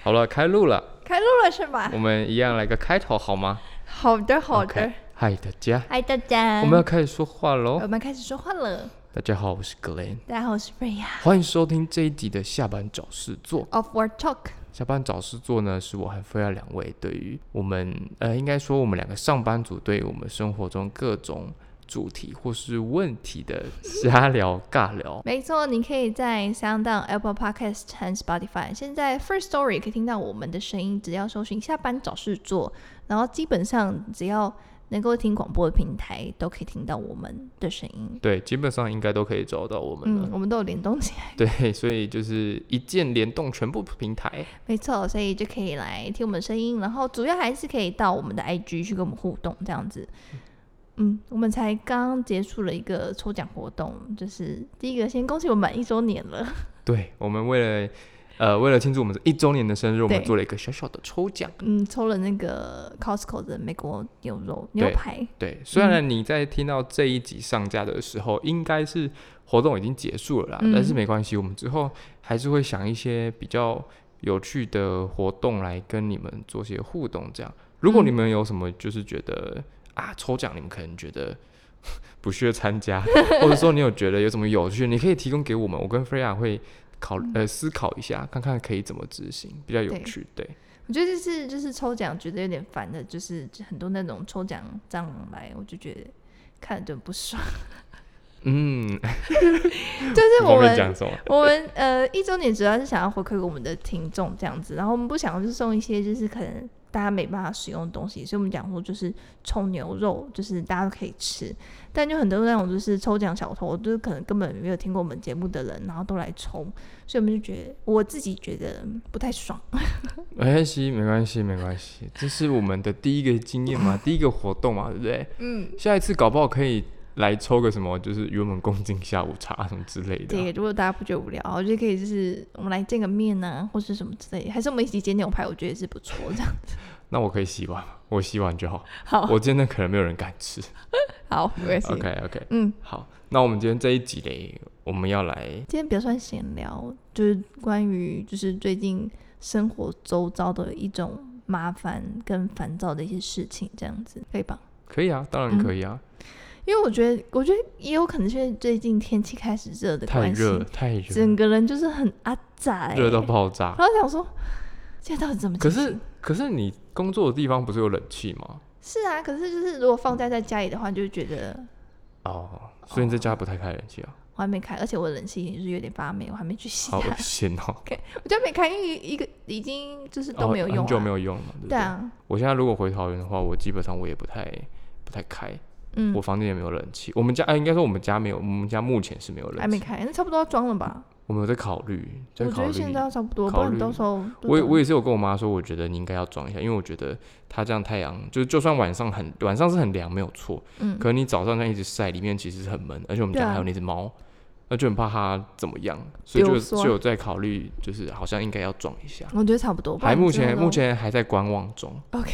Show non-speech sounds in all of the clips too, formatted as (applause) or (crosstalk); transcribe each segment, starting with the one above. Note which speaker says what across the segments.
Speaker 1: 好了，开录了，
Speaker 2: 开录了是吧
Speaker 1: 我？们一样来个开头好吗？
Speaker 2: 好的，啊好
Speaker 1: OK
Speaker 2: 的。
Speaker 1: 嗨，大家，
Speaker 2: 嗨，哦大家，
Speaker 1: 我们要开始说话喽
Speaker 2: 我。们开始说话了。
Speaker 1: 大家好，我是 Glenn，
Speaker 2: 大家好，我是 Freya
Speaker 1: 欢迎收听这一集的下班找事做。
Speaker 2: of Word Talk。
Speaker 1: 下班找事做呢，是我和菲儿两位对于我们呃，应该说我们两个上班族对于我们生活中各种主题或是问题的瞎聊尬
Speaker 2: (laughs)
Speaker 1: 聊。
Speaker 2: 没错，你可以在 Sound、Apple Podcast 和 Spotify，现在 First Story 可以听到我们的声音，只要搜寻“下班找事做”，然后基本上只要能够听广播的平台都可以听到我们的声音。
Speaker 1: 对，基本上应该都可以找到我们了。
Speaker 2: 嗯，我们都有联动起来，
Speaker 1: 对，所以就是一键联动全部平台。
Speaker 2: 没错，所以就可以来听我们的声音，然后主要还是可以到我们的 IG 去跟我们互动，这样子。嗯，我们才刚结束了一个抽奖活动，就是第一个先恭喜我们满一周年了， (laughs)
Speaker 1: 对我们为了呃为了庆祝我们一周年的生日，我们
Speaker 2: 对
Speaker 1: 做了一个小小的抽奖。
Speaker 2: 嗯，抽了那个 Costco 的美国牛肉牛
Speaker 1: 对
Speaker 2: 排，
Speaker 1: 对，虽
Speaker 2: 嗯
Speaker 1: 然你在听到这一集上架的时候，应该是活动已经结束了啦，
Speaker 2: 嗯
Speaker 1: 但是没关系，我们之后还是会想一些比较有趣的活动来跟你们做些互动。这样，如果你们有什么就是觉得、啊抽奖，你们可能觉得 (laughs) 不屑参加，
Speaker 2: (laughs)
Speaker 1: 或者说你有觉得有什么有趣，你可以提供给我们，我跟 Freya 会考呃思考一下，看看可以怎么执行，比较有
Speaker 2: 对
Speaker 1: 趣。对，
Speaker 2: 我觉得这是就是抽奖觉得有点烦的，就是很多那种抽奖蟑螂来，我就觉得看着就很不爽。
Speaker 1: 嗯，
Speaker 2: (laughs) 就是
Speaker 1: 不
Speaker 2: 我
Speaker 1: (laughs) 方便
Speaker 2: 们
Speaker 1: 讲什么？
Speaker 2: 我们呃一周年主要是想要回馈给我们的听众这样子，然后我们不想要就是送一些就是可能大家没办法使用的东西，所以我们讲说就是冲牛肉，就是大家都可以吃，但就很多那种就是抽奖小偷，就是可能根本没有听过我们节目的人，然后都来抽，所以我们就觉得我自己觉得不太爽。
Speaker 1: 没关系，没关系，没关系，这是我们的第一个经验
Speaker 2: (laughs)
Speaker 1: 嘛，第一个活动嘛，对不对？
Speaker 2: 嗯，
Speaker 1: 下一次搞不好可以来抽个什么，就是与我们共进下午茶什么之类的啊、
Speaker 2: 对，如果大家不觉得无聊，我觉得可以就是我们来见个面啊，或是什么之类的，还是我们一起煎牛排，我觉得也是不错这样。
Speaker 1: 那我可以洗碗吗，我洗碗就好。
Speaker 2: 好
Speaker 1: 我今天可能没有人敢
Speaker 2: (laughs)
Speaker 1: 吃。
Speaker 2: 好，没关系。
Speaker 1: OK OK，
Speaker 2: 嗯，
Speaker 1: 好，那我们今天这一集嘞，我们要来
Speaker 2: 今天比较算闲聊，就是关于就是最近生活周遭的一种麻烦跟烦躁的一些事情，这样子可以吧？
Speaker 1: 可以啊，当然可以啊，
Speaker 2: 嗯因为我觉得，我觉得也有可能是因为最近天气开始热的
Speaker 1: 太
Speaker 2: 关系
Speaker 1: 热，了，太热了，
Speaker 2: 整个人就是很阿宅、
Speaker 1: 热到爆
Speaker 2: (laughs)
Speaker 1: 炸。
Speaker 2: 然后想说，现在到底怎么进
Speaker 1: 可
Speaker 2: 行？
Speaker 1: 是可是你工作的地方不是有冷气吗？
Speaker 2: 是啊，可是就是如果放假在家里的话，就会觉得
Speaker 1: 哦，所以你在家不太开冷气啊，
Speaker 2: 我还没开，而且我的冷气也是有点发霉，我还没去洗它， (laughs)
Speaker 1: 好恶心哦。
Speaker 2: 我就还没开，因为一个已经就是都没有用、
Speaker 1: 哦，
Speaker 2: 啊
Speaker 1: 很久没有用了嘛，对不
Speaker 2: 对啊，
Speaker 1: 我现在如果回桃园的话，我基本上我也不太不太开，
Speaker 2: 嗯
Speaker 1: 我，房间也没有冷气。我们家、哎，应该说我们家没有，我们家目前是没有
Speaker 2: 还
Speaker 1: 冷
Speaker 2: 没
Speaker 1: 气。
Speaker 2: 开，那差不多要装了吧？
Speaker 1: 我们有在考虑，在
Speaker 2: 我
Speaker 1: 嗯
Speaker 2: 觉
Speaker 1: 考
Speaker 2: 得
Speaker 1: 虑。
Speaker 2: 现在要差不多，不
Speaker 1: 考
Speaker 2: 然
Speaker 1: 虑
Speaker 2: 到时候就
Speaker 1: 我也
Speaker 2: 等
Speaker 1: 我也是有跟我妈说，我觉得你应该要装一下，因为我觉得它这样太阳，就是就算晚上很晚上是很凉没有错，
Speaker 2: 嗯
Speaker 1: 可是你早上这样一直晒，里面其实是很闷，而且我们
Speaker 2: 对
Speaker 1: 家
Speaker 2: 啊
Speaker 1: 还有那只猫，那就很怕它怎么样，所以
Speaker 2: 比
Speaker 1: 就
Speaker 2: 如说
Speaker 1: 就有在考虑，就是好像应该要装一下，
Speaker 2: 我觉得差不多。不
Speaker 1: 还
Speaker 2: 然
Speaker 1: 目
Speaker 2: 之后
Speaker 1: 前
Speaker 2: 都
Speaker 1: 目前还在观望中。
Speaker 2: OK。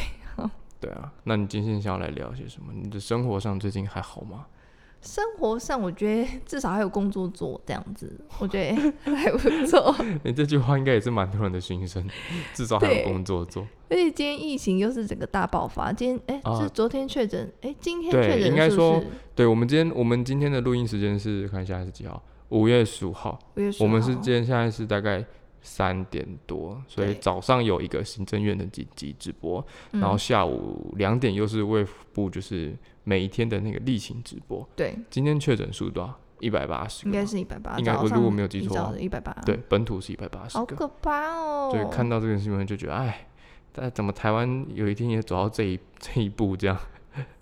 Speaker 1: 对啊，那你今天想要来聊些什么？你的生活上最近还好吗？ (laughs)
Speaker 2: 生活上，我觉得至少还有工作做，这样子我觉
Speaker 1: (laughs)
Speaker 2: 得还不错。 (laughs)
Speaker 1: 你这句话应该也是蛮多人的心声， (laughs) 至少还有
Speaker 2: 对
Speaker 1: 工作做。
Speaker 2: 而且今天疫情又是整个大爆发，今天哎、
Speaker 1: 啊
Speaker 2: 是昨天确诊，哎、今天
Speaker 1: 对
Speaker 2: 确诊
Speaker 1: 应该
Speaker 2: 是
Speaker 1: 说
Speaker 2: 不是
Speaker 1: 对，我们今天我们今天的录音时间是看一下是几号？五月十五号。
Speaker 2: 五月10
Speaker 1: 我们是
Speaker 2: 号
Speaker 1: 今天现在是大概三点多，所以
Speaker 2: 对
Speaker 1: 早上有一个行政院的紧急直播，
Speaker 2: 嗯
Speaker 1: 然后下午两点又是卫福部就是每一天的那个例行直播。
Speaker 2: 对，
Speaker 1: 今天确诊数多少？一百八十。
Speaker 2: 应该是一百八，
Speaker 1: 应该
Speaker 2: 早
Speaker 1: 我如
Speaker 2: 上
Speaker 1: 果没有记
Speaker 2: 一
Speaker 1: 错
Speaker 2: 早
Speaker 1: 啊
Speaker 2: 的一百八，
Speaker 1: 对，，本土是一百八十
Speaker 2: 好
Speaker 1: 个。
Speaker 2: 可怕哦。
Speaker 1: 对，看到这个新闻就觉得，哎，但怎么台湾有一天也走到这一这一步这样？
Speaker 2: 哦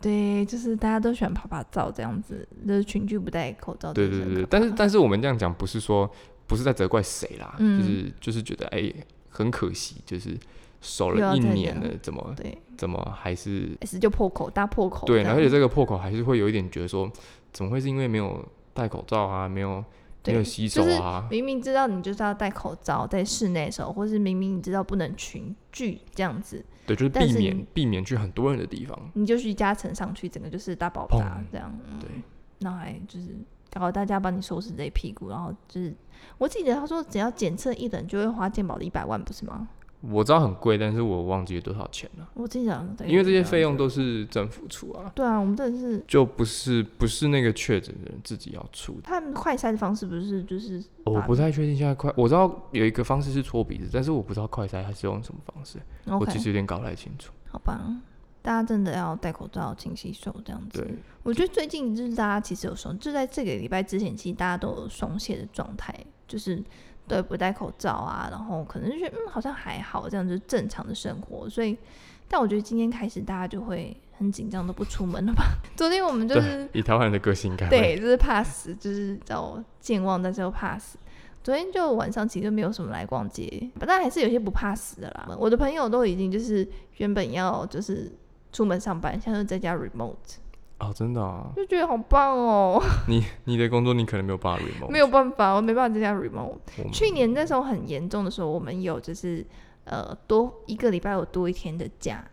Speaker 2: 对，就是大家都喜欢拍拍照这样子，就是群聚不戴口罩，
Speaker 1: 对
Speaker 2: 真
Speaker 1: 对
Speaker 2: 的是
Speaker 1: 对，
Speaker 2: 很
Speaker 1: 但
Speaker 2: 可
Speaker 1: 是
Speaker 2: 怕
Speaker 1: 但是我们这样讲不是说不是在责怪谁啦，
Speaker 2: 嗯
Speaker 1: 就是就是觉得哎很可惜，就是守
Speaker 2: 又
Speaker 1: 了
Speaker 2: 要
Speaker 1: 一
Speaker 2: 再
Speaker 1: 年
Speaker 2: 这样
Speaker 1: 了，怎么
Speaker 2: 对
Speaker 1: 怎么还是
Speaker 2: S 就破口大破口这
Speaker 1: 对，
Speaker 2: 样，
Speaker 1: 而且这个破口还是会有一点觉得说，怎么会是因为没有戴口罩啊，没有没有
Speaker 2: 对
Speaker 1: 洗手
Speaker 2: 就是
Speaker 1: 啊？
Speaker 2: 明明知道你就是要戴口罩在室内的时候，或是明明你知道不能群聚这样子，
Speaker 1: 对，就是
Speaker 2: 但
Speaker 1: 避
Speaker 2: 是
Speaker 1: 免
Speaker 2: 你
Speaker 1: 避免去很多人的地方。
Speaker 2: 你就去加成上去，整个就是大爆炸
Speaker 1: 砰
Speaker 2: 这样。嗯
Speaker 1: 对，
Speaker 2: 然后还就是搞得大家帮你收拾这一屁股，然后就是我记得他说只要检测一人就会花健保的一百万，不是吗？
Speaker 1: 我知道很贵，但是我忘记多少钱了，
Speaker 2: 我记得好像对
Speaker 1: 因为这些费用都是政府出啊，
Speaker 2: 对啊，我们真的是
Speaker 1: 就不是不是那个确诊的人自己要出的。
Speaker 2: 他们快筛的方式不是就是
Speaker 1: 我
Speaker 2: 把
Speaker 1: 不太确定现在快，我知道有一个方式是搓鼻子，但是我不知道快筛它是用什么方式，我
Speaker 2: OK
Speaker 1: 其实有点搞不太清楚。
Speaker 2: 好吧，大家真的要戴口罩、勤洗手这样子。
Speaker 1: 对，
Speaker 2: 我觉得最近就是大家其实有松，就在这个礼拜之前，其实大家都有松懈的状态，就是对不戴口罩啊，然后可能就觉得嗯好像还好，这样就是正常的生活。所以，但我觉得今天开始大家就会很紧张，都不出门了吧？ (laughs) 昨天我们就是
Speaker 1: 对，以台湾人的个性应该会
Speaker 2: 对，就是怕死，就是叫健忘，但是又怕死。昨天就晚上其实就没有什么来逛街，但还是有些不怕死的啦。我的朋友都已经就是原本要就是出门上班，现在就在家 remote，
Speaker 1: 哦，真的啊，
Speaker 2: 就觉得好棒哦。
Speaker 1: 你你的工作你可能没有办法 remote，
Speaker 2: 没有办法，我没办法在家 remote。
Speaker 1: 我们
Speaker 2: 去年那时候很严重的时候，我们有就是呃多一个礼拜有多一天的假，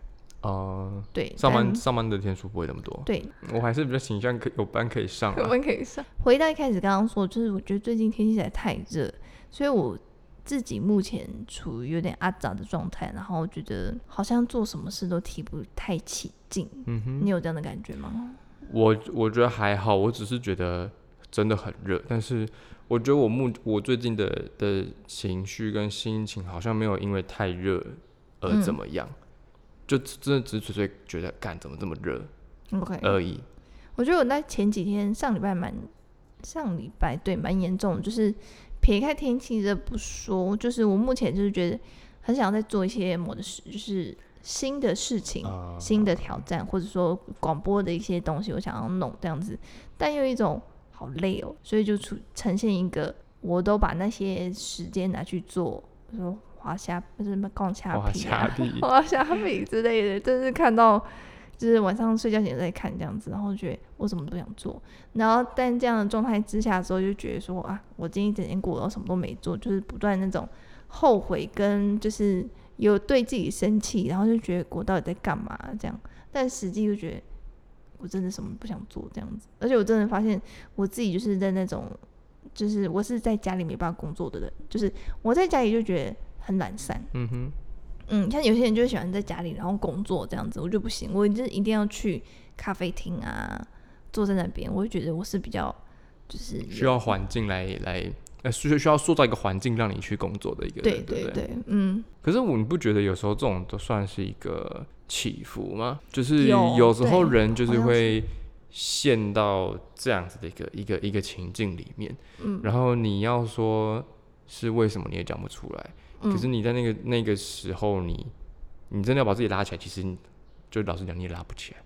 Speaker 1: 呃，
Speaker 2: 对，
Speaker 1: 上班
Speaker 2: 但
Speaker 1: 上班的天数不会那么多，
Speaker 2: 对，
Speaker 1: 我还是比较倾向可有班可以上
Speaker 2: 我
Speaker 1: 啊。
Speaker 2: 们可以上。回到一开始刚刚说，就是我觉得最近天气实在太热，所以我自己目前处于有点阿杂的状态，然后我觉得好像做什么事都提不太起劲。
Speaker 1: 嗯哼，
Speaker 2: 你有这样的感觉吗？
Speaker 1: 我我觉得还好，我只是觉得真的很热，但是我觉得我目我最近的的情绪跟心情好像没有因为太热
Speaker 2: 嗯
Speaker 1: 而怎么样，就真的只是纯粹觉得干怎么这么热
Speaker 2: OK，、
Speaker 1: 而已。
Speaker 2: 我觉得我在前几天上礼拜蛮上礼拜对蛮严重的，就是撇开天气热不说，就是我目前就是觉得很想再做一些我的事，就是新的事情。
Speaker 1: 啊、
Speaker 2: 新的挑战，或者说广播的一些东西，我想要弄这样子，但又有一种好累哦，所以就出呈现一个，我都把那些时间拿去做，比如说滑虾，不是什么逛虾
Speaker 1: 哇，
Speaker 2: 皮啊 (laughs)
Speaker 1: 下，地
Speaker 2: 滑虾皮之类的，真是看到就是晚上睡觉前在看这样子，然后觉得我什么都想做，然后但这样的状态之下之后，就觉得说啊，我今天一整天过了，我什么都没做，就是不断那种后悔跟就是有对自己生气，然后就觉得我到底在干嘛啊这样，但实际就觉得我真的什么都不想做这样子，而且我真的发现我自己就是在那种。就是我是在家里没办法工作的人，就是我在家里就觉得很懒散，
Speaker 1: (laughs) 嗯哼，
Speaker 2: 嗯，像有些人就喜欢在家里然后工作这样子，我就不行，我就是一定要去咖啡厅啊，坐在那边，我会觉得我是比较就是
Speaker 1: 需要环境来来。呃，需需要塑造一个环境让你去工作的一个人，
Speaker 2: 对
Speaker 1: 对
Speaker 2: 对
Speaker 1: 不
Speaker 2: 对，嗯，
Speaker 1: 可是我你不觉得有时候这种都算是一个起伏吗？就是
Speaker 2: 有
Speaker 1: 有时候
Speaker 2: 对
Speaker 1: 人就
Speaker 2: 好
Speaker 1: 是
Speaker 2: 像
Speaker 1: 会陷到这样子的一个一个一个情境里面，
Speaker 2: 嗯
Speaker 1: 然后你要说是为什么你也讲不出来，
Speaker 2: 嗯
Speaker 1: 可是你在那个那个时候你你真的要把自己拉起来，其实你就老实讲你也拉不起来，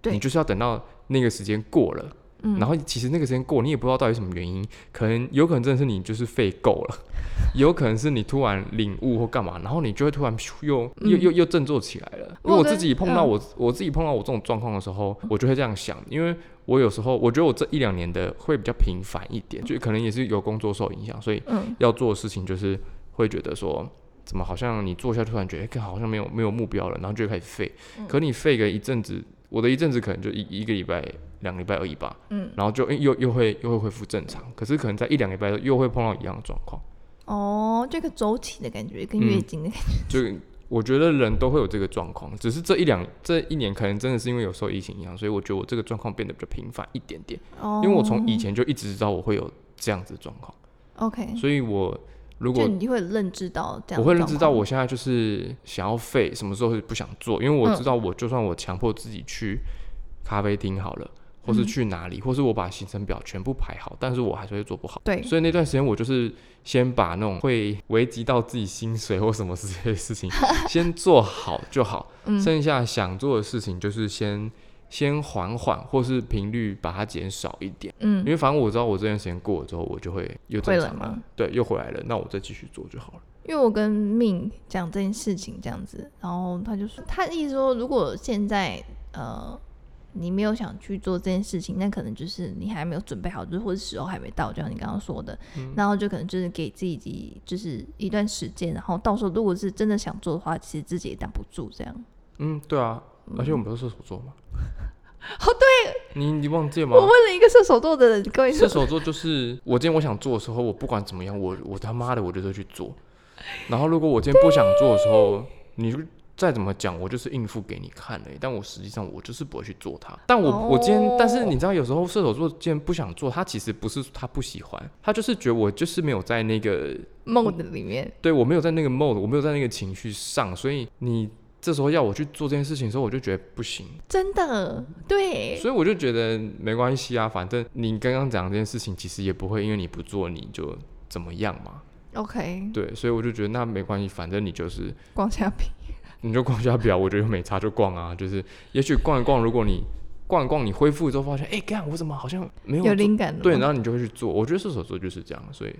Speaker 2: 对
Speaker 1: 你就是要等到那个时间过了。
Speaker 2: 嗯
Speaker 1: 然后其实那个时间过，你也不知道到底什么原因，可能有可能真的是你就是废够了，
Speaker 2: (laughs)
Speaker 1: 有可能是你突然领悟或干嘛，然后你就会突然咻又、又
Speaker 2: 嗯
Speaker 1: 又又振作起来了。因为
Speaker 2: 我
Speaker 1: 我
Speaker 2: 跟
Speaker 1: 自己碰到我、我自己碰到我这种状况的时候，我就会这样想，因为我有时候我觉得我这一两年的会比较频繁一点，就可能也是有工作受影响，所以
Speaker 2: 嗯
Speaker 1: 要做的事情就是会觉得说，怎么好像你做下去突然觉得，哎、好像没有没有目标了，然后就会开始废。可你废个一阵子，我的一阵子可能就一一个礼拜、两个礼拜而已吧，
Speaker 2: 嗯，
Speaker 1: 然后就、哎又又会又会恢复正常。可是可能在一两个礼拜又会碰到一样的状况，
Speaker 2: 哦，这个周期的感觉跟
Speaker 1: 嗯
Speaker 2: 月经的感觉，
Speaker 1: 就。我觉得人都会有这个状况，只是这一两这一年可能真的是因为有受疫情影响，所以我觉得我这个状况变得比较频繁一点点。
Speaker 2: 哦，
Speaker 1: 因为我从以前就一直知道我会有这样子的状况，
Speaker 2: OK，
Speaker 1: 所以我如果
Speaker 2: 哦就你会认知到这样的状
Speaker 1: 我
Speaker 2: 况，
Speaker 1: 会认知到我现在就是想要废，什么时候是不想做，因为我
Speaker 2: 嗯
Speaker 1: 知道我就算我强迫自己去咖啡厅好了，或
Speaker 2: 嗯
Speaker 1: 是去哪里，或是我把行程表全部排好，但是我还是会做不好。
Speaker 2: 对
Speaker 1: 所以那段时间我就是先把那种会危及到自己薪水或什么之类的事
Speaker 2: (laughs)
Speaker 1: 情先做好就好，
Speaker 2: 嗯
Speaker 1: 剩下想做的事情就是先先缓缓，或是频率把它减少一点，因
Speaker 2: 嗯，
Speaker 1: 为反正我知道我这段时间过了之后，我就会又
Speaker 2: 会
Speaker 1: 正
Speaker 2: 了
Speaker 1: 常
Speaker 2: 吗？
Speaker 1: 对，又回来了，那我再继续做就好了。
Speaker 2: 因为我跟命讲这件事情这样子，然后他就说，他的意思说，如果现在呃你没有想去做这件事情，那可能就是你还没有准备好，就是或者时候还没到，就像你刚刚说的，
Speaker 1: 嗯
Speaker 2: 然后就可能就是给自己就是一段时间，然后到时候如果是真的想做的话，其实自己也挡不住这样。
Speaker 1: 嗯，对啊，而且我们不是射手座吗？
Speaker 2: (laughs) 哦，
Speaker 1: 对，你你忘记了吗
Speaker 2: 我？问了一个射手座的人，
Speaker 1: (laughs)
Speaker 2: 各位
Speaker 1: 射手座就是我今天我想做的时候，我不管怎么样，我我他妈的我就是去做。然后如果我今天不想做的时候，你就再怎么讲，我就是应付给你看而已。但我实际上我就是不会去做它。但我、我今天，但是你知道，有时候射手座今天不想做，他其实不是他不喜欢，他就是觉得我就是没有在那个，
Speaker 2: 梦的里面，
Speaker 1: 对我没有在那个 mode，我没有在那个情绪上，所以你。这时候要我去做这件事情的时候，我就觉得不行，
Speaker 2: 真的对，
Speaker 1: 所以我就觉得没关系啊，反正你刚刚讲这件事情，其实也不会因为你不做你就怎么样嘛。
Speaker 2: OK，
Speaker 1: 对，所以我就觉得那没关系，反正你就是
Speaker 2: 逛虾皮，
Speaker 1: 你就逛一下表， (laughs) 我觉得又没差就逛啊，就是也许逛一逛，如果你逛一逛，你恢复之后发现，哎、干我怎么好像没有
Speaker 2: 有
Speaker 1: 做
Speaker 2: 灵感了吗
Speaker 1: 对，然后你就会去做。我觉得射手座就是这样，所以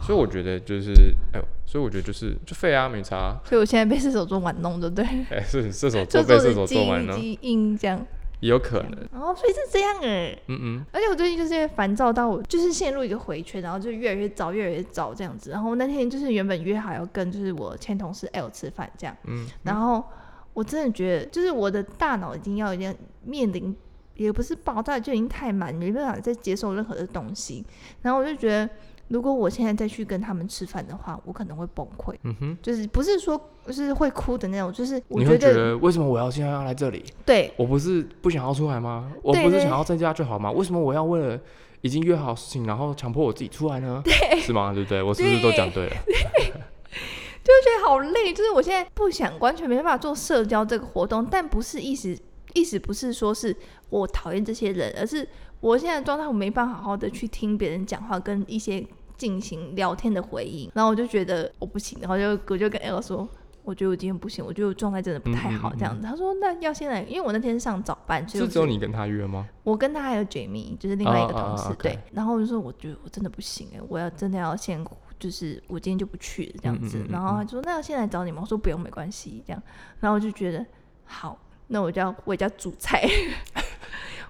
Speaker 1: 所以我觉得就是，哎呦，所以我觉得就是就废啊，没差 (laughs) 啊，
Speaker 2: 所以我现在被射手座玩弄，对不对？
Speaker 1: 哎、是射手座
Speaker 2: 射
Speaker 1: 被
Speaker 2: 手
Speaker 1: 射
Speaker 2: 座
Speaker 1: 手
Speaker 2: 的基
Speaker 1: 座玩
Speaker 2: 因
Speaker 1: 呢，
Speaker 2: 基因这样，
Speaker 1: 也有可能，
Speaker 2: 哦，所以是这样哎。
Speaker 1: 嗯嗯，
Speaker 2: 而且我最近就是因为烦躁到我就是陷入一个回圈，然后就越来越早，越来越早这样子。然后那天就是原本约好要跟就是我前同事 L 吃饭这样，
Speaker 1: 嗯，
Speaker 2: 然后我真的觉得就是我的大脑已经要已经面临也不是爆炸，就已经太满，没办法再接受任何的东西。然后我就觉得，如果我现在再去跟他们吃饭的话，我可能会崩溃，
Speaker 1: 嗯哼，
Speaker 2: 就是不是说就是会哭的那种，就是我
Speaker 1: 你会觉
Speaker 2: 得
Speaker 1: 得为什么我要现在要来这里？
Speaker 2: 对
Speaker 1: 我不是不想要出来吗？我
Speaker 2: 对
Speaker 1: 不是
Speaker 2: 对
Speaker 1: 想要在家就好吗？为什么我要为了已经约好事情，然后强迫我自己出来
Speaker 2: (laughs)
Speaker 1: 呢？是吗？对不对？我是不是都讲对了？
Speaker 2: 就会觉得好累，就是我现在不想，完全没办法做社交这个活动，但不是意思意思不是说是我讨厌这些人，而是我现在的状态我没办法好好的去听别人讲话，跟一些进行聊天的回应，然后我就觉得我不行，然后就我就跟 L 说。我觉得我今天不行，我觉得我状态真的不太
Speaker 1: 嗯
Speaker 2: 好，
Speaker 1: 嗯嗯嗯
Speaker 2: 这样子。他说：“那要先来，因为我那天上早班，所以
Speaker 1: 是
Speaker 2: 我
Speaker 1: 只有你跟他约吗？
Speaker 2: 我跟他还有 Jamie，就是另外一个同事
Speaker 1: 哦哦哦，OK
Speaker 2: 对。然后我就说，我觉得我真的不行哎、我要真的要先，就是我今天就不去了这样
Speaker 1: 嗯
Speaker 2: 子。
Speaker 1: 嗯嗯嗯
Speaker 2: 然后他就说，那要先来找你吗？我说不用，没关系这样。然后我就觉得好，那我就要回家煮菜。 (laughs)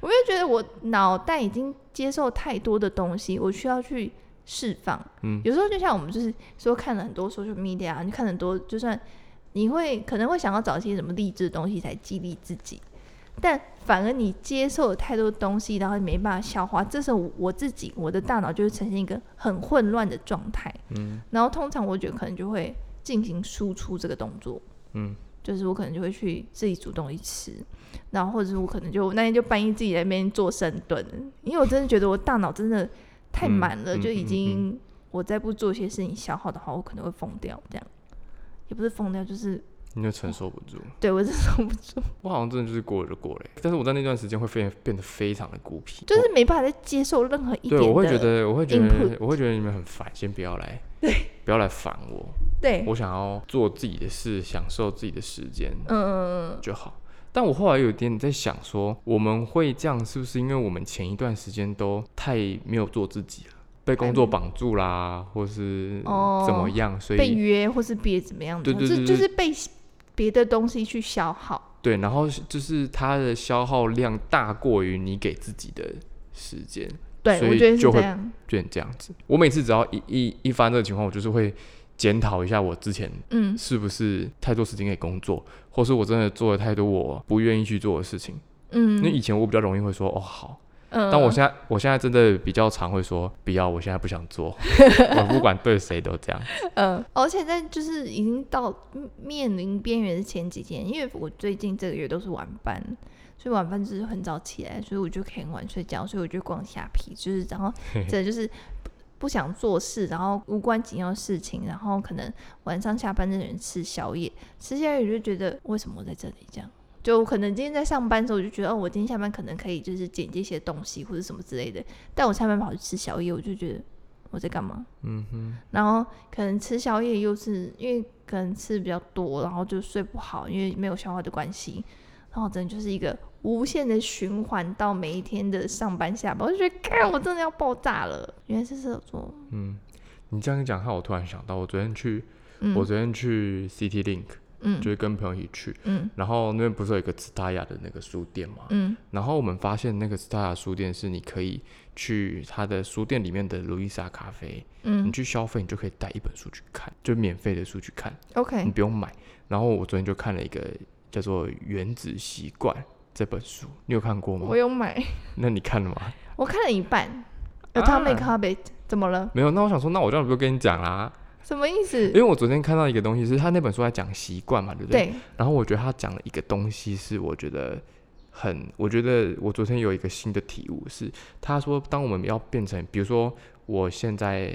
Speaker 2: 我就觉得我脑袋已经接受太多的东西，我需要去释放。
Speaker 1: 嗯
Speaker 2: 有时候就像我们就是说看了很多 social media，啊你看很多，就算你会可能会想要找一些什么励志的东西来激励自己，但反而你接受了太多东西，然后你没办法消化，这时候我自己我的大脑就会呈现一个很混乱的状态。
Speaker 1: 嗯
Speaker 2: 然后通常我觉得可能就会进行输出这个动作，
Speaker 1: 嗯，
Speaker 2: 就是我可能就会去自己主动去吃，然后或者是我可能就那天就半夜自己在那边做深蹲，因为我真的觉得我大脑真的太满了，
Speaker 1: 嗯嗯
Speaker 2: 就已经我再不做一些事情消耗的话，我可能会疯掉，这样也不是疯掉，就是
Speaker 1: 你就承受不住。
Speaker 2: 对我真的受不住，
Speaker 1: 我好像真的就是过了就过了欸、但是我在那段时间会非变得非常的孤僻，
Speaker 2: 就是没办法再接受任何一
Speaker 1: 我对
Speaker 2: 点的，
Speaker 1: 我会觉得我会觉得
Speaker 2: input
Speaker 1: 我会觉得你们很烦，先不要来，不要来烦我，
Speaker 2: 对，嗯
Speaker 1: 我想要做自己的事，享受自己的时间
Speaker 2: 嗯，
Speaker 1: 就好。但我后来有点在想说，我们会这样是不是因为我们前一段时间都太没有做自己了，被工作绑住啦，或是
Speaker 2: 哦
Speaker 1: 怎么样，所
Speaker 2: 被
Speaker 1: 以
Speaker 2: 约或是别怎么样的，
Speaker 1: 对对对
Speaker 2: 就
Speaker 1: 对
Speaker 2: 就是被别的东西去消耗，
Speaker 1: 对，然后就是它的消耗量大过于你给自己的时间。
Speaker 2: 对
Speaker 1: 所以
Speaker 2: 我觉得是
Speaker 1: 就会
Speaker 2: 这样，
Speaker 1: 就这样子。我每次只要一一一翻这个情况，我就是会检讨一下我之前
Speaker 2: 嗯，
Speaker 1: 是不是太多时间给工作，或是我真的做了太多我不愿意去做的事情。
Speaker 2: 嗯，
Speaker 1: 因为以前我比较容易会说哦好，
Speaker 2: 嗯，
Speaker 1: 但我现在我现在真的比较常会说不要，我现在不想
Speaker 2: (laughs)
Speaker 1: 做，我不管对谁都这样。
Speaker 2: 嗯，而且在就是已经到嗯面临边缘的前几天，因为我最近这个月都是晚班，所以晚班就是很早起来，所以我就可以很晚睡觉，所以我就逛虾皮，就是然后真的就是不不想做事，然后无关紧要的事情，然后可能晚上下班的人吃宵夜，吃宵夜我就觉得为什么我在这里这样。就我可能今天在上班的时候，我就觉得哦，我今天下班可能可以就是剪辑一些东西或者什么之类的，但我下班跑去吃宵夜，我就觉得我在干嘛？
Speaker 1: 嗯哼，
Speaker 2: 然后可能吃宵夜又是因为可能吃比较多，然后就睡不好，因为没有消化的关系，然后真的就是一个无限的循环到每一天的上班下班，我就觉得，看我真的要爆炸了。原来是射手座，
Speaker 1: 嗯，你这样一讲，害我突然想到，我昨天去、
Speaker 2: 嗯，
Speaker 1: 我昨天去 City Link，
Speaker 2: 嗯
Speaker 1: 就是跟朋友一起去，
Speaker 2: 嗯
Speaker 1: 然后那边不是有一个 Staya 的那个书店嘛，
Speaker 2: 嗯
Speaker 1: 然后我们发现那个 Staya 书店是你可以去它的书店里面的路易莎咖啡，你
Speaker 2: 嗯
Speaker 1: 去消费，你就可以带一本书去看，就免费的书去看，你
Speaker 2: ，OK，
Speaker 1: 不用买。然后我昨天就看了一个叫做《原子习惯》这本书，你有看过吗
Speaker 2: 我？有买， (laughs)
Speaker 1: 那你看了吗？啊
Speaker 2: 我看了一半，Atomic Habit 怎么了？
Speaker 1: 没有。那我想说，那我当然不用跟你讲啦。
Speaker 2: 什么意思
Speaker 1: 因？为我昨天看到一个东西，是他那本书在讲习惯嘛，对不对？
Speaker 2: 对，
Speaker 1: 然后我觉得他讲了一个东西，是我觉得很，我觉得我昨天有一个新的体悟是，他说当我们要变成，比如说我现在，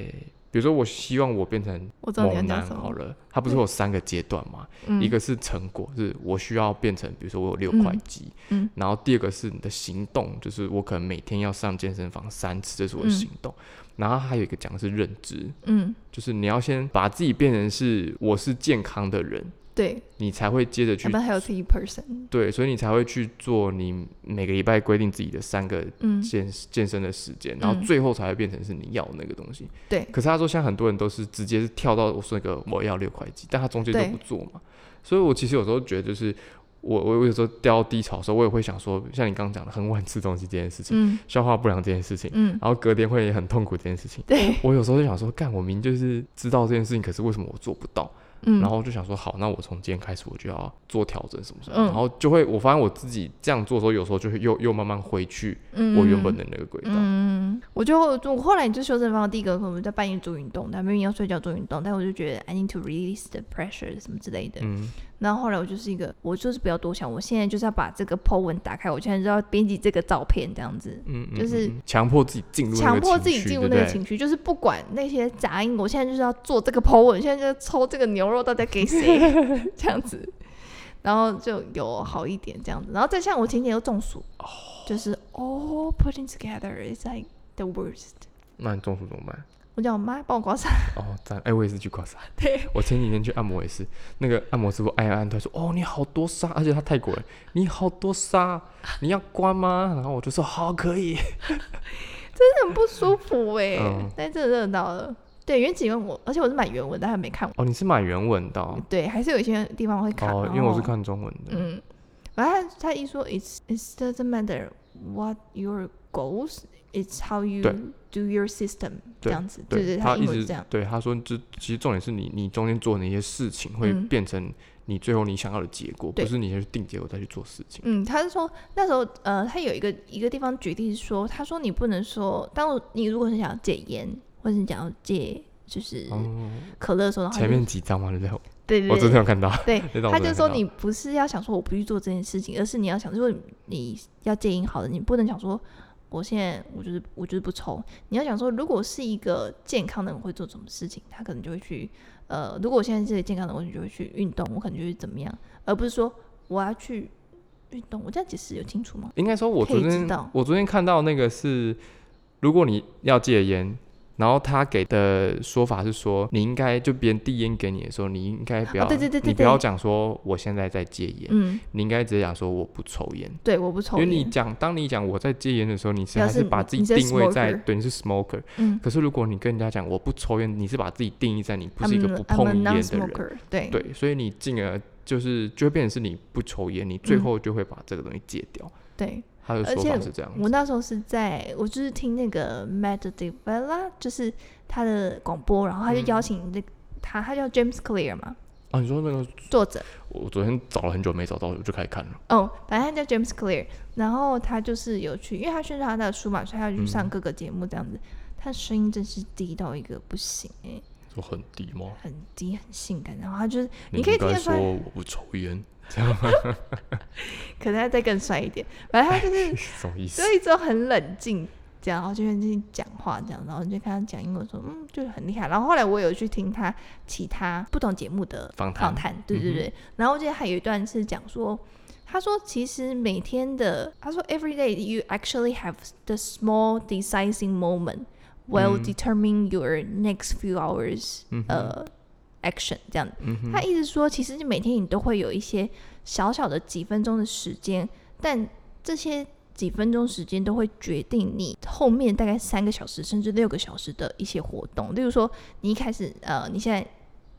Speaker 1: 比如说我希望我变成
Speaker 2: 我知道你要
Speaker 1: 猛
Speaker 2: 讲
Speaker 1: 男
Speaker 2: 什
Speaker 1: 好
Speaker 2: 么。
Speaker 1: 了，他不是有三个阶段吗？
Speaker 2: 嗯
Speaker 1: 一个是成果，是我需要变成，比如说我有六
Speaker 2: 嗯
Speaker 1: 块肌，
Speaker 2: 嗯
Speaker 1: 然后第二个是你的行动，就是我可能每天要上健身房三次，这是我的
Speaker 2: 嗯
Speaker 1: 行动。然后还有一个讲的是认知，
Speaker 2: 嗯，
Speaker 1: 就是你要先把自己变成是我是健康的人，
Speaker 2: 对
Speaker 1: 你才会接着去
Speaker 2: ，I'm a healthy person。
Speaker 1: 对，所以你才会去做你每个礼拜规定自己的三个
Speaker 2: 嗯，
Speaker 1: 健、健身的时间，然后
Speaker 2: 嗯
Speaker 1: 最后才会变成是你要那个东西。
Speaker 2: 对
Speaker 1: 可是他说，现在很多人都是直接是跳到我说那个我要六块肌，但他中间都
Speaker 2: 对
Speaker 1: 不做嘛。所以我其实有时候觉得，就是我我我有时候掉到低潮的时候，我也会想说，像你刚刚讲的很晚吃东西这件事情，
Speaker 2: 嗯
Speaker 1: 消化不良这件事情，
Speaker 2: 嗯，
Speaker 1: 然后隔天会很痛苦这件事情。
Speaker 2: 对，
Speaker 1: 我有时候就想说，干，我明明就是知道这件事情，可是为什么我做不到？
Speaker 2: 嗯，
Speaker 1: 然后就想说，好，那我从今天开始我就要做调整什么什么，
Speaker 2: 嗯
Speaker 1: 然后就会我发现我自己这样做的时候，有时候就会又又慢慢回去
Speaker 2: 嗯
Speaker 1: 我原本的那个轨道。
Speaker 2: 嗯，我就我后来就修正方法，第一个可能在半夜做运动，但明明要睡觉做运动，但我就觉得 I need to release the pressure 什么之类的。
Speaker 1: 嗯，
Speaker 2: 然后后来我就是一个，我就是不要多想，我现在就是要把这个 po 文打开，我现在就要编辑这个照片这样子。
Speaker 1: 嗯嗯
Speaker 2: 就是
Speaker 1: 嗯嗯强迫自己进入那个
Speaker 2: 强迫
Speaker 1: 情
Speaker 2: 自己
Speaker 1: 绪
Speaker 2: 进入
Speaker 1: 对
Speaker 2: 那个
Speaker 1: 不对
Speaker 2: 情绪，就是不管那些杂音，我现在就是要做这个 po 文，现在就抽这个牛肉到底
Speaker 1: (laughs)
Speaker 2: 给谁这样子，然后就有好一点这样子。然后再像我前天又中暑
Speaker 1: 哦
Speaker 2: 就是 all putting together is like the worst。
Speaker 1: 那你中暑怎么办？
Speaker 2: 我叫我妈帮我刮痧，
Speaker 1: 哦，赞！哎、我也是去刮痧。
Speaker 2: 对，
Speaker 1: 我前几天去按摩也是，那个按摩师傅按一按，他说：“哦，你好多痧，而且他泰国人，你好多痧，你要刮吗？”然后我就说：“好，可以。
Speaker 2: (laughs) 真的很不舒服哎、
Speaker 1: 嗯
Speaker 2: 但真的热到了。对，原子文我，而且我是买原文，但还没看完。”
Speaker 1: 哦，你是买原文的哦，
Speaker 2: 对，还是有一些地方会卡。
Speaker 1: 哦
Speaker 2: 然
Speaker 1: 因为我是
Speaker 2: 后
Speaker 1: 看中文的。
Speaker 2: 嗯，反正他一说 it's it doesn't matter what your goals, it's how you
Speaker 1: 对
Speaker 2: do your system 这
Speaker 1: 对
Speaker 2: 样子，
Speaker 1: 对
Speaker 2: 对，
Speaker 1: 他
Speaker 2: 英
Speaker 1: 一
Speaker 2: 文
Speaker 1: 直
Speaker 2: 是这样，
Speaker 1: 对他说这，其实重点是你你中间做的那些事情会
Speaker 2: 嗯
Speaker 1: 变成你最后你想要的结果，
Speaker 2: 对
Speaker 1: 不是你先去定结果再去做事情。
Speaker 2: 嗯，他是说那时候呃，他有一个一个地方举例是说，他说你不能说，当我你如果是想要戒烟，或者你想要戒就是
Speaker 1: 哦，
Speaker 2: 可乐的时候，然后
Speaker 1: 前
Speaker 2: 就
Speaker 1: 面哦几章嘛，对不对？
Speaker 2: 嗯对对
Speaker 1: 我真的
Speaker 2: 对。
Speaker 1: 有看 (laughs) 到，
Speaker 2: 对
Speaker 1: 那张我
Speaker 2: 他
Speaker 1: 真的看
Speaker 2: 就说
Speaker 1: 到
Speaker 2: 你不是要想说我不去做这件事情，而是你要想，如果你要戒烟好了，你不能想说我现在我就是我就是不抽，你要想说如果是一个健康的人会做什么事情，他可能就会去呃，如果我现在是个健康的人，我就会去运动，我可能就会怎么样，而不是说我要去运动。我这样解释有清楚吗？
Speaker 1: 应该说，我
Speaker 2: 可以
Speaker 1: 昨
Speaker 2: 知
Speaker 1: 天
Speaker 2: 道
Speaker 1: 我昨天看到那个是，如果你要戒烟，然后他给的说法是说，你应该就别人递烟给你的时候，你应该不
Speaker 2: 哦
Speaker 1: 要，
Speaker 2: 对对对对
Speaker 1: 你不要
Speaker 2: 对
Speaker 1: 讲说我现在在戒烟，
Speaker 2: 嗯，
Speaker 1: 你应该直接讲说我不抽烟。
Speaker 2: 对，我不抽
Speaker 1: 因为
Speaker 2: 烟。
Speaker 1: 你讲，当你讲我在戒烟的时候，你是
Speaker 2: 表
Speaker 1: 还
Speaker 2: 示
Speaker 1: 是把
Speaker 2: 你
Speaker 1: 自己
Speaker 2: 你是
Speaker 1: 定位在
Speaker 2: smoker
Speaker 1: 对你是 smoker，
Speaker 2: 嗯
Speaker 1: 可是如果你跟人家讲我不抽烟，你是把自己定义在你不是一个
Speaker 2: I'm
Speaker 1: 不
Speaker 2: a- I'm
Speaker 1: 碰
Speaker 2: a
Speaker 1: 烟的人，
Speaker 2: non-smoker，对
Speaker 1: 对，所以你进而就是就会变成是你不抽烟，你最后就会把这个东西戒掉。
Speaker 2: 对，
Speaker 1: 他的
Speaker 2: 而
Speaker 1: 说
Speaker 2: 且
Speaker 1: 法是这样
Speaker 2: 我
Speaker 1: 子，
Speaker 2: 那时候是在，我就是听那个 Matt d e v e l a 就是他的广播，然后他就
Speaker 1: 嗯
Speaker 2: 邀请那个、他，他叫 James Clear 嘛，
Speaker 1: 啊，你说那个
Speaker 2: 作者
Speaker 1: 我昨天找了很久没找到，我就开始看了。
Speaker 2: 哦，反正他叫 James Clear，然后他就是有去，因为他宣传他的书嘛，所以他就去上
Speaker 1: 嗯
Speaker 2: 各个节目这样子。他声音真是低到一个不行哎、
Speaker 1: 说很低吗？
Speaker 2: 很低很性感，然后他就是
Speaker 1: 你
Speaker 2: 你可以
Speaker 1: 应该
Speaker 2: 听得出来
Speaker 1: 说我不抽烟，
Speaker 2: 可能他再更帅一点，反正他就是
Speaker 1: 什么意思
Speaker 2: 所？以就很冷静，这样，然后就跟自己讲话，这样，然后就跟他讲英文说，嗯，就是很厉害。然后后来我有去听他其他不同节目的
Speaker 1: 访谈嗯
Speaker 2: 访谈，对对对。然后我记得还有一段是讲说，他说其实每天的，他说 every day you actually have the small decisive moment will
Speaker 1: 嗯
Speaker 2: determine your next few hours，、
Speaker 1: 嗯哼
Speaker 2: 呃，action 这样。
Speaker 1: 嗯哼
Speaker 2: 他一直说，其实你每天你都会有一些小小的几分钟的时间，但这些几分钟时间都会决定你后面大概三个小时甚至六个小时的一些活动。例如说，你一开始呃，你现在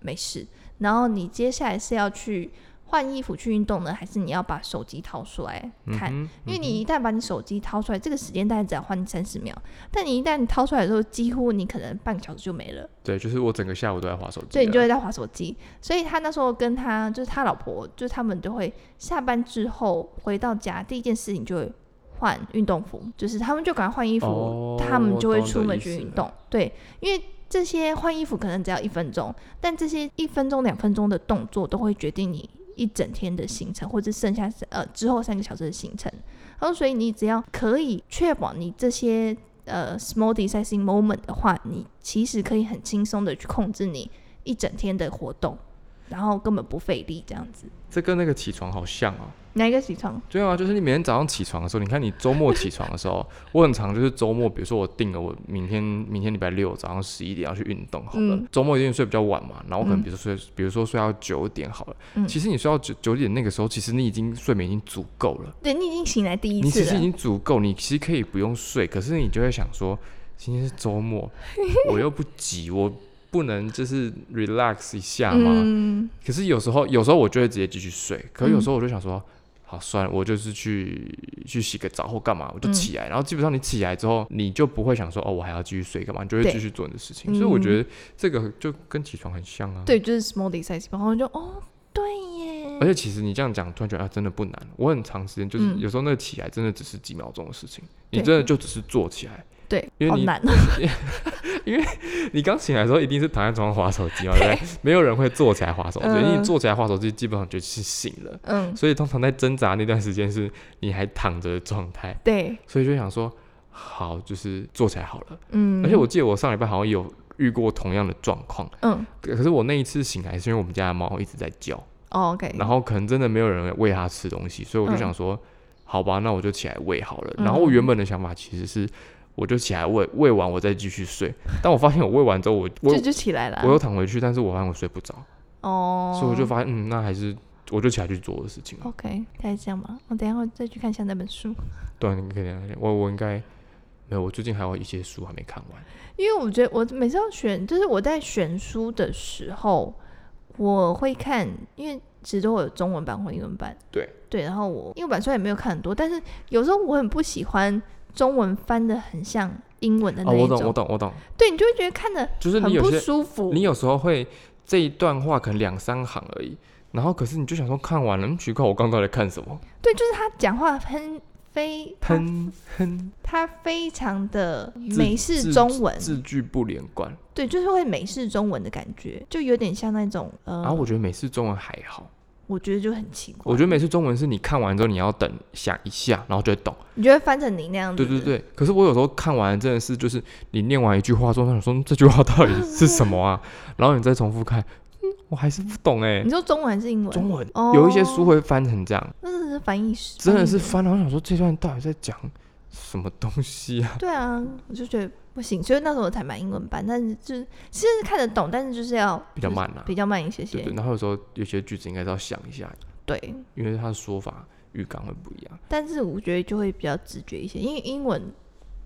Speaker 2: 没事，然后你接下来是要去换衣服去运动呢，还是你要把手机掏出来看？
Speaker 1: 嗯哼
Speaker 2: 因为你一旦把你手机掏出来，这个时间大概只要花你三十秒，但你一旦掏出来之后，几乎你可能半个小时就没了。
Speaker 1: 对，就是我整个下午都在划手机了，啊
Speaker 2: 所以你就会在划手机。所以他那时候跟他就是他老婆，就是他们就会下班之后回到家，第一件事情就会换运动服，就是他们就赶快换衣服，
Speaker 1: 哦
Speaker 2: 他们就会出门
Speaker 1: 我懂你
Speaker 2: 去
Speaker 1: 的意思
Speaker 2: 运动。对，因为这些换衣服可能只要一分钟，但这些一分钟、两分钟的动作都会决定你一整天的行程，或者剩下呃之后三个小时的行程。然后，所以你只要可以确保你这些呃 small decising moment 的话，你其实可以很轻松的去控制你一整天的活动，然后根本不费力这样子。
Speaker 1: 这跟那个起床好像哦。
Speaker 2: 哪一个起床？
Speaker 1: 对啊，就是你每天早上起床的时候，你看你周末起床的时候， (laughs) 我很常就是周末，比如说我定了我明天明天礼拜六早上十一点要去运动好了，
Speaker 2: 嗯
Speaker 1: 周末一定睡比较晚嘛，然后我可能
Speaker 2: 嗯
Speaker 1: 比如说睡，比如说睡到九点好了，
Speaker 2: 嗯
Speaker 1: 其实你睡到九九点那个时候，其实你已经睡眠已经足够了，
Speaker 2: 对你已经醒来第一
Speaker 1: 你
Speaker 2: 次
Speaker 1: 其实已
Speaker 2: 了，
Speaker 1: 经足够，你其实可以不用睡，可是你就会想说，今天是周
Speaker 2: (laughs)
Speaker 1: 末，我又不急，我不能就是 relax 一下吗？
Speaker 2: 嗯，
Speaker 1: 可是有时候，有时候我就会直接继续睡。可是有时候我就想说，好，算了，我就是去去洗个澡或干嘛，我就
Speaker 2: 嗯
Speaker 1: 起来。然后基本上你起来之后，你就不会想说，哦，我还要继续睡干嘛，你就会
Speaker 2: 对
Speaker 1: 继续做你的事情。所以我觉得这个就跟起床很像啊。。
Speaker 2: 对，就是 small decising，然后就哦，对耶，
Speaker 1: 而且其实你这样讲，突然觉得啊，真的不难。我很长时间就是
Speaker 2: 嗯
Speaker 1: 有时候那个起来真的只是几秒钟的事情，你
Speaker 2: 对
Speaker 1: 真的就只是坐起来。因
Speaker 2: 对，
Speaker 1: 为
Speaker 2: 好
Speaker 1: 你
Speaker 2: 难，哦
Speaker 1: 你刚醒来的时候一定是躺在床上划手机嘛，对不对？没有人会坐起来划手机，因为你
Speaker 2: 嗯
Speaker 1: 坐起来划手机基本上就是醒了。
Speaker 2: 嗯，
Speaker 1: 所以通常在挣扎那段时间是你还躺着的状态，
Speaker 2: 对，
Speaker 1: 所以就想说好，就是做起来好了。
Speaker 2: 嗯，
Speaker 1: 而且我记得我上礼拜好像有遇过同样的状况，
Speaker 2: 嗯
Speaker 1: 可可是我那一次醒来是因为我们家的猫一直在叫，
Speaker 2: 哦，OK，
Speaker 1: 然后可能真的没有人喂它吃东西，所以我就
Speaker 2: 嗯
Speaker 1: 想说，好吧，那我就起来喂好了。
Speaker 2: 嗯
Speaker 1: 然后我原本的想法其实是。我就起来喂，喂完我再继续睡。但我发现我喂完之后，我我
Speaker 2: 就就起来了啊，
Speaker 1: 我又躺回去，但是我发现我睡不着，
Speaker 2: 哦，
Speaker 1: 所以我就发现，嗯，那还是我就起来去做我的事情了。
Speaker 2: OK，大概这样吧。我等一下会再去看一下那本书，
Speaker 1: 对啊，你可以聊一聊我我应该没有，我最近还有一些书还没看完。
Speaker 2: 因为我觉得我每次要选，就是我在选书的时候，我会看，因为其实都会有中文版或英文版。
Speaker 1: 对
Speaker 2: 对，然后我英文版虽然也没有看很多，但是有时候我很不喜欢中文翻的很像英文的那
Speaker 1: 哦，
Speaker 2: 一
Speaker 1: 我
Speaker 2: 种，
Speaker 1: 懂，我懂，我懂，
Speaker 2: 对你就会觉得看的
Speaker 1: 就是
Speaker 2: 很
Speaker 1: 你有
Speaker 2: 不
Speaker 1: 些
Speaker 2: 舒服。
Speaker 1: 你有时候会这一段话可能两三行而已，然后可是你就想说看完了，嗯奇怪，我刚刚在看什么？
Speaker 2: 对，就是他讲话很非他
Speaker 1: 喷喷
Speaker 2: 他非常的
Speaker 1: 字
Speaker 2: 美式
Speaker 1: 字
Speaker 2: 中文，
Speaker 1: 字句不连贯，
Speaker 2: 对，就是会美式中文的感觉，就有点像那种呃，
Speaker 1: 然后我觉得美式中文还好，
Speaker 2: 我觉得就很奇怪。
Speaker 1: 我觉得美式中文是你看完之后你要等想一下，然后就会懂。
Speaker 2: 你就会翻成你那样子。
Speaker 1: 对对对，可是我有时候看完真的是，就是你念完一句话之后，我想说嗯这句话到底是什么啊？ (laughs) 然后你再重复看，嗯，我还是不懂哎、
Speaker 2: 你说中文还是英文？
Speaker 1: 中文、
Speaker 2: 哦
Speaker 1: 有一些书会翻成这样，
Speaker 2: 那真的是翻译师，
Speaker 1: 真的是翻，
Speaker 2: 翻
Speaker 1: 然后想说这段到底在讲什么东西
Speaker 2: (laughs)
Speaker 1: 啊？
Speaker 2: 译对啊，我就觉得不行，所以那时候我才买英文版，但是就是其实是看得懂，但是就是要
Speaker 1: 比较慢啊，
Speaker 2: 比较慢一些些
Speaker 1: 对。对。然后有时候有些句子应该是要想一下，
Speaker 2: 对
Speaker 1: 因为它的说法语感会不一样。
Speaker 2: 但是我觉得就会比较直觉一些，因为英文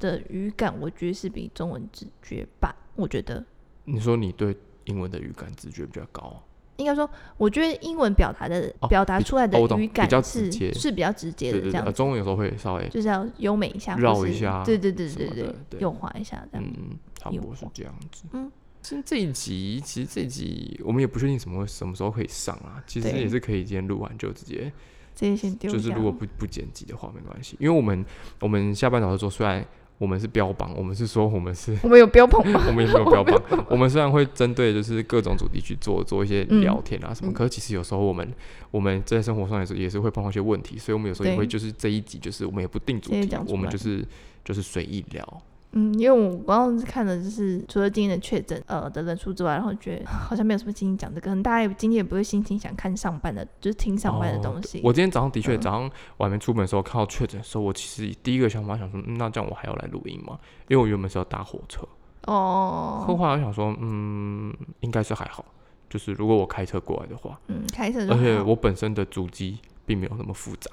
Speaker 2: 的语感我觉得是比中文直觉吧，我觉得。
Speaker 1: 你说你对英文的语感直觉比较高啊、
Speaker 2: 应该说，我觉得英文表达的、
Speaker 1: 哦
Speaker 2: 表达
Speaker 1: 比
Speaker 2: 出来的
Speaker 1: 哦我懂
Speaker 2: 语
Speaker 1: 比较
Speaker 2: 感
Speaker 1: 直
Speaker 2: 是
Speaker 1: 接
Speaker 2: 是比较直接
Speaker 1: 对
Speaker 2: 的，
Speaker 1: 对
Speaker 2: 这
Speaker 1: 对，
Speaker 2: 样
Speaker 1: 呃中文有时候会稍微
Speaker 2: 就是要优美一下，或
Speaker 1: 绕
Speaker 2: 是
Speaker 1: 一下
Speaker 2: 对对对
Speaker 1: 什
Speaker 2: 对
Speaker 1: 么
Speaker 2: 对
Speaker 1: 的对
Speaker 2: 右滑一下这样。
Speaker 1: 嗯，差不
Speaker 2: 有
Speaker 1: 多是
Speaker 2: 过
Speaker 1: 这样子。
Speaker 2: 嗯，
Speaker 1: 其实这一集，其实这一集我们也不确定什么什么时候可以上啊。其实
Speaker 2: 对
Speaker 1: 也是可以今天录完就直接，
Speaker 2: 这些先丢
Speaker 1: 就是
Speaker 2: 掉
Speaker 1: 如果不不剪辑的话没关系，因为我们我们下半场的时候虽然我们是标榜，我们是说我们是。 (laughs)
Speaker 2: 我们有标榜吗？ (laughs)
Speaker 1: 我们也没有标榜，我们虽然会针对就是各种主题去做做一些
Speaker 2: 嗯
Speaker 1: 聊天啊什么，
Speaker 2: 嗯
Speaker 1: 可是其实有时候我们我们在生活上也是也是会碰到一些问题，所以我们有时候也
Speaker 2: 对
Speaker 1: 会就是这一集就是我们也不定主
Speaker 2: 直接
Speaker 1: 题
Speaker 2: 讲，出
Speaker 1: 我们
Speaker 2: 来
Speaker 1: 就是就是随意聊，
Speaker 2: 嗯，因为我刚刚看的就是除了今天的确诊呃的人数之外，然后觉得好像没有什么心情讲这个，可能大家也今天也不会心情想看上班的，就是听上班的
Speaker 1: 哦
Speaker 2: 东
Speaker 1: 对
Speaker 2: 西。
Speaker 1: 我今天早上的确，
Speaker 2: 嗯
Speaker 1: 早上我还没出门的时候看到确诊的时候，我其实第一个想法想说，嗯那这样我还要来录音吗？因为我原本是要搭火车，后
Speaker 2: 哦，
Speaker 1: 来我想说，嗯，应该是还好，就是如果我开车过来的话，
Speaker 2: 嗯，开车就
Speaker 1: 而且
Speaker 2: 好
Speaker 1: 我本身的主机并没有那么复
Speaker 2: (laughs)
Speaker 1: 杂，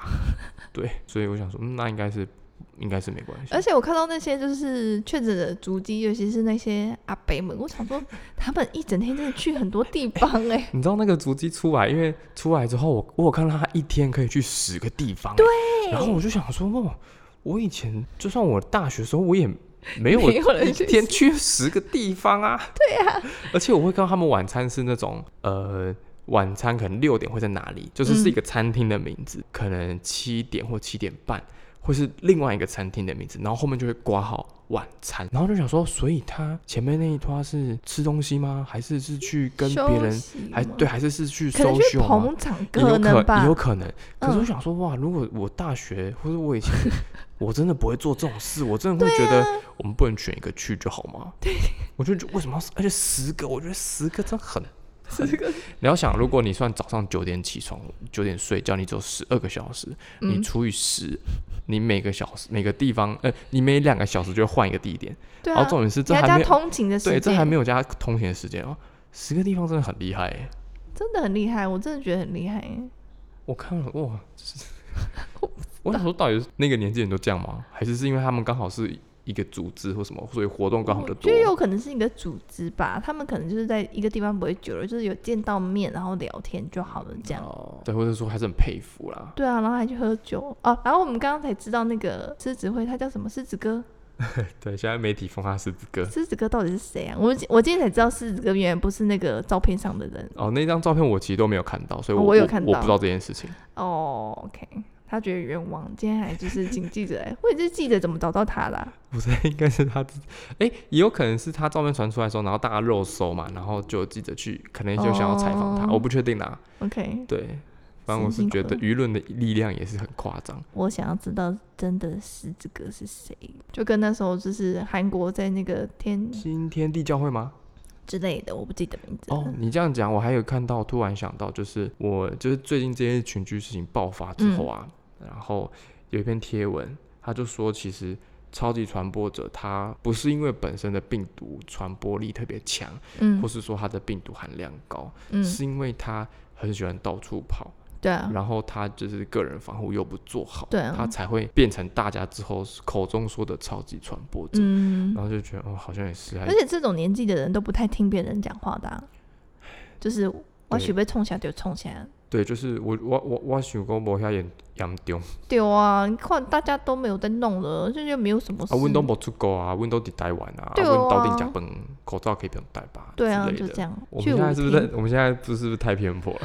Speaker 1: 对，所以我想说，嗯，那应该是应该是没关系
Speaker 2: 而。且我看到那些就是确诊的足迹，尤其是那些阿北们，我想说他们一整天真的去很多地
Speaker 1: (laughs)
Speaker 2: 方哎、
Speaker 1: 你知道那个主机出来，因为出来之后，我我有看到他一天可以去十个地方欸，然后我就想说，哇，我以前就算我大学的时候，我也没有
Speaker 2: 没有
Speaker 1: (laughs)
Speaker 2: 人
Speaker 1: 一
Speaker 2: 去
Speaker 1: 天去十个地方啊。对呀、而且我会看到他们晚餐是那种呃。晚餐可能六点会在哪里，就是是一个餐厅的名字，可能七点或七点半会是另外一个餐厅的名字，然后后面就会挂号晚餐，然后就想说，所以他前面那一坨是吃东西吗？还是是去跟别
Speaker 2: 休
Speaker 1: 人，
Speaker 2: 息
Speaker 1: 还
Speaker 2: 吗
Speaker 1: 对，，还是是去
Speaker 2: 可能
Speaker 1: social
Speaker 2: 去
Speaker 1: 吗
Speaker 2: 捧场，
Speaker 1: 也有
Speaker 2: 能
Speaker 1: 可也
Speaker 2: 吧 (laughs)
Speaker 1: 有。可能。可是我
Speaker 2: 嗯
Speaker 1: 想说，哇，如果我大学或者我以
Speaker 2: (laughs)
Speaker 1: 前，我真的不会做这种事，我真的会觉
Speaker 2: 啊
Speaker 1: 得我们不能选一个去就好吗？对， (laughs) 我就觉得为什么要，而且十个，我觉得十个真的很。
Speaker 2: 是这个
Speaker 1: 你要想，如果你算早上九点起床，九点睡觉，你只有十二个小时，你
Speaker 2: 嗯
Speaker 1: 除以十，你每个小时每个地方，呃，你每两个小时就会换一个地点。
Speaker 2: 对
Speaker 1: 然
Speaker 2: 啊
Speaker 1: 后，重点是这
Speaker 2: 你还
Speaker 1: 还
Speaker 2: 加
Speaker 1: 没有，
Speaker 2: 通勤的时
Speaker 1: 对，
Speaker 2: 间，
Speaker 1: 这还没有加通勤的时间哦。十个地方真的很厉害欸耶，
Speaker 2: 真的很厉害，我真的觉得很厉害。
Speaker 1: 我看了哇，这
Speaker 2: (laughs)
Speaker 1: 是我想说，到底是那个年纪人都这样吗？还是是因为他们刚好是一个组织或什么，所以活动刚好
Speaker 2: 我
Speaker 1: 就
Speaker 2: 觉
Speaker 1: 多
Speaker 2: 得？有可能是一个组织吧，他们可能就是在一个地方不会久了，就是有见到面，然后聊天就好了，这样。
Speaker 1: 哦对，或者说还是很佩服啦。
Speaker 2: 对啊，然后还去喝酒哦。然后我们刚刚才知道那个狮子会，他叫什么？狮子哥？
Speaker 1: 对，现在媒体封他狮子哥。
Speaker 2: 狮子哥到底是谁啊？我我今天才知道狮子哥原来不是那个照片上的人
Speaker 1: (laughs) 哦，那张照片我其实都没有看到，所以
Speaker 2: 哦
Speaker 1: 我、
Speaker 2: 我有看
Speaker 1: 我
Speaker 2: 到
Speaker 1: 不知道这件事情。
Speaker 2: 哦。OK，他觉得冤枉，今天还就是请记者来，我 (laughs) 也是记者怎么找到他啦、
Speaker 1: 不是，应该是他自 (laughs) 己，哎、也有可能是他照片传出来的时候，然后大家肉搜嘛，然后就有记者去，可能就想要采访他，
Speaker 2: 哦
Speaker 1: 我不确定啦。
Speaker 2: OK，
Speaker 1: 对，反正
Speaker 2: 神
Speaker 1: 我是
Speaker 2: 经
Speaker 1: 觉得
Speaker 2: 科
Speaker 1: 舆论的力量也是很夸张。
Speaker 2: 我想要知道真的狮子哥是谁，就跟那时候就是韩国在那个天
Speaker 1: 新天地教会吗？
Speaker 2: 之类的，我不记得名字了。
Speaker 1: 哦，你这样讲，我还有看到，突然想到，就是我就是最近这些群居事情爆发之后啊，
Speaker 2: 嗯
Speaker 1: 然后有一篇贴文，他就说，其实超级传播者他不是因为本身的病毒传播力特别强，
Speaker 2: 嗯
Speaker 1: 或是说他的病毒含量高，
Speaker 2: 嗯，
Speaker 1: 是因为他很喜欢到处跑，
Speaker 2: 对啊，
Speaker 1: 然后他就是个人防护又不做好，
Speaker 2: 对啊
Speaker 1: 他才会变成大家之后口中说的超级传播者。
Speaker 2: 嗯，哎
Speaker 1: 然后就觉得哦，好像也是，还
Speaker 2: 而且这种年纪的人都不太听别人讲话的、啊，就是我
Speaker 1: 对
Speaker 2: 许被冲下就冲啊下，
Speaker 1: 对，就是我我我我想讲无遐严严重，
Speaker 2: 对啊，你看大家都没有在弄了，这就没有什么事。
Speaker 1: 啊，阮都无出国啊，阮都伫台湾啊，
Speaker 2: 对
Speaker 1: 阮到
Speaker 2: 啊
Speaker 1: 顶食饭，口罩可以不用戴吧？
Speaker 2: 对啊，
Speaker 1: 之类
Speaker 2: 就
Speaker 1: 的
Speaker 2: 这样。
Speaker 1: 我
Speaker 2: 去
Speaker 1: 们现在是
Speaker 2: 舞
Speaker 1: 不
Speaker 2: 厅
Speaker 1: 是？我们现在不是不是太偏颇了？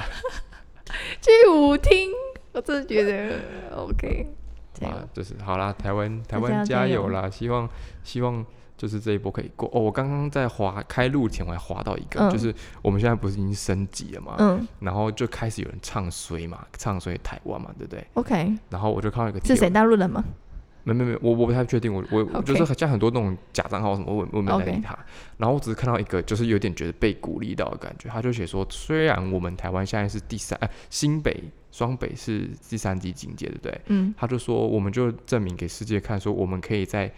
Speaker 2: 去舞厅？我真的觉得
Speaker 1: (laughs)
Speaker 2: OK，这
Speaker 1: 啊
Speaker 2: 样，
Speaker 1: 就是好啦，台湾台
Speaker 2: 大家
Speaker 1: 湾
Speaker 2: 要
Speaker 1: 加
Speaker 2: 哦啊加
Speaker 1: 油
Speaker 2: 油
Speaker 1: 啦！希望希望就是这一波可以过哦。我刚刚在滑开路前，我还滑到一个，
Speaker 2: 嗯
Speaker 1: 就是我们现在不是已经升级了嘛，
Speaker 2: 嗯
Speaker 1: 然后就开始有人唱衰嘛，唱衰台湾嘛，对不对？
Speaker 2: ，OK，
Speaker 1: 然后我就看到一个
Speaker 2: 是
Speaker 1: 贴
Speaker 2: 谁
Speaker 1: 文，
Speaker 2: 大陆人吗？
Speaker 1: 没没没，我我不太确定，我
Speaker 2: (laughs)
Speaker 1: 我我就是
Speaker 2: OK
Speaker 1: 像很多那种假账号什么，我我没有在理
Speaker 2: OK
Speaker 1: 他。然后我只是看到一个，就是有点觉得被鼓励到的感觉，他就写说，虽然我们台湾现在是第三，呃，新北双北是第三级警戒，对不对？
Speaker 2: 嗯
Speaker 1: 他就说，我们就证明给世界看，说我们可以在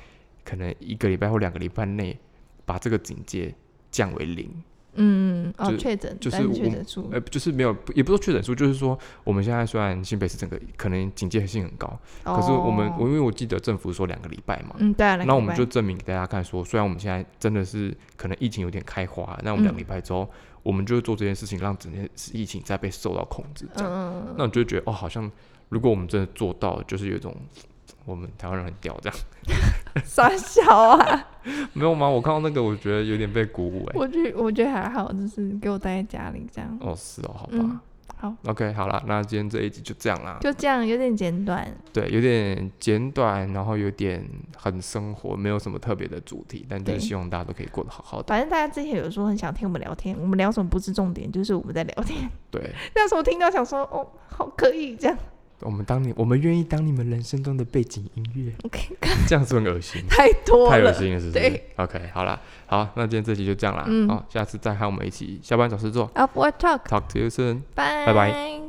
Speaker 1: 可能一个礼拜或两个礼拜内把这个警戒降为零，
Speaker 2: 嗯，哦
Speaker 1: 就，
Speaker 2: 确诊，
Speaker 1: 就是
Speaker 2: 但是
Speaker 1: 我
Speaker 2: 确诊数，
Speaker 1: 呃，就是没有，也不是说确诊数，就是说我们现在虽然新北市整个可能警戒性很高，可是我们
Speaker 2: 哦
Speaker 1: 我因为我记得政府说两个礼拜嘛。
Speaker 2: 嗯，对啊，两
Speaker 1: 那
Speaker 2: 个
Speaker 1: 我
Speaker 2: 礼
Speaker 1: 们
Speaker 2: 拜
Speaker 1: 就证明给大家看说虽然我们现在真的是可能疫情有点开花，那我们两个
Speaker 2: 嗯
Speaker 1: 礼拜之后，我们就会做这件事情，让整件疫情再被受到控制。这样，
Speaker 2: 嗯嗯，嗯
Speaker 1: 那你就会觉得哦，好像如果我们真的做到，就是有一种我们台湾人很屌这样。 (laughs)
Speaker 2: 嗯傻笑啊！
Speaker 1: 没有吗？我看到那个，我觉得有点被鼓舞哎、
Speaker 2: 我觉我觉得还好，就是给我待在家里这样。
Speaker 1: 哦，是哦，好吧。
Speaker 2: 嗯，好，
Speaker 1: OK，好啦，那今天这一集就这样啦。
Speaker 2: 就这样，有点简短。
Speaker 1: 对，有点简短，然后有点很生活，没有什么特别的主题，但就是
Speaker 2: 对
Speaker 1: 希望大家都可以过得好好的。
Speaker 2: 反正大家之前有说很想听我们聊天，我们聊什么不是重点，就是我们在聊天。 (laughs)
Speaker 1: 对，
Speaker 2: 那时候听到想说，哦，好可以这样
Speaker 1: 我们当你，我们愿意当你们人生中的背景音乐，
Speaker 2: ，OK，？
Speaker 1: (laughs) 这样是不是很恶心
Speaker 2: 太多
Speaker 1: 太恶
Speaker 2: 了。
Speaker 1: 心了，是不是
Speaker 2: 对
Speaker 1: ？OK，好啦，好，那今天这集就这样啦。
Speaker 2: 嗯
Speaker 1: 好，下次再和我们一起下班找事做
Speaker 2: Upward Talk，
Speaker 1: ，Talk to you soon。
Speaker 2: 拜
Speaker 1: 拜
Speaker 2: 拜。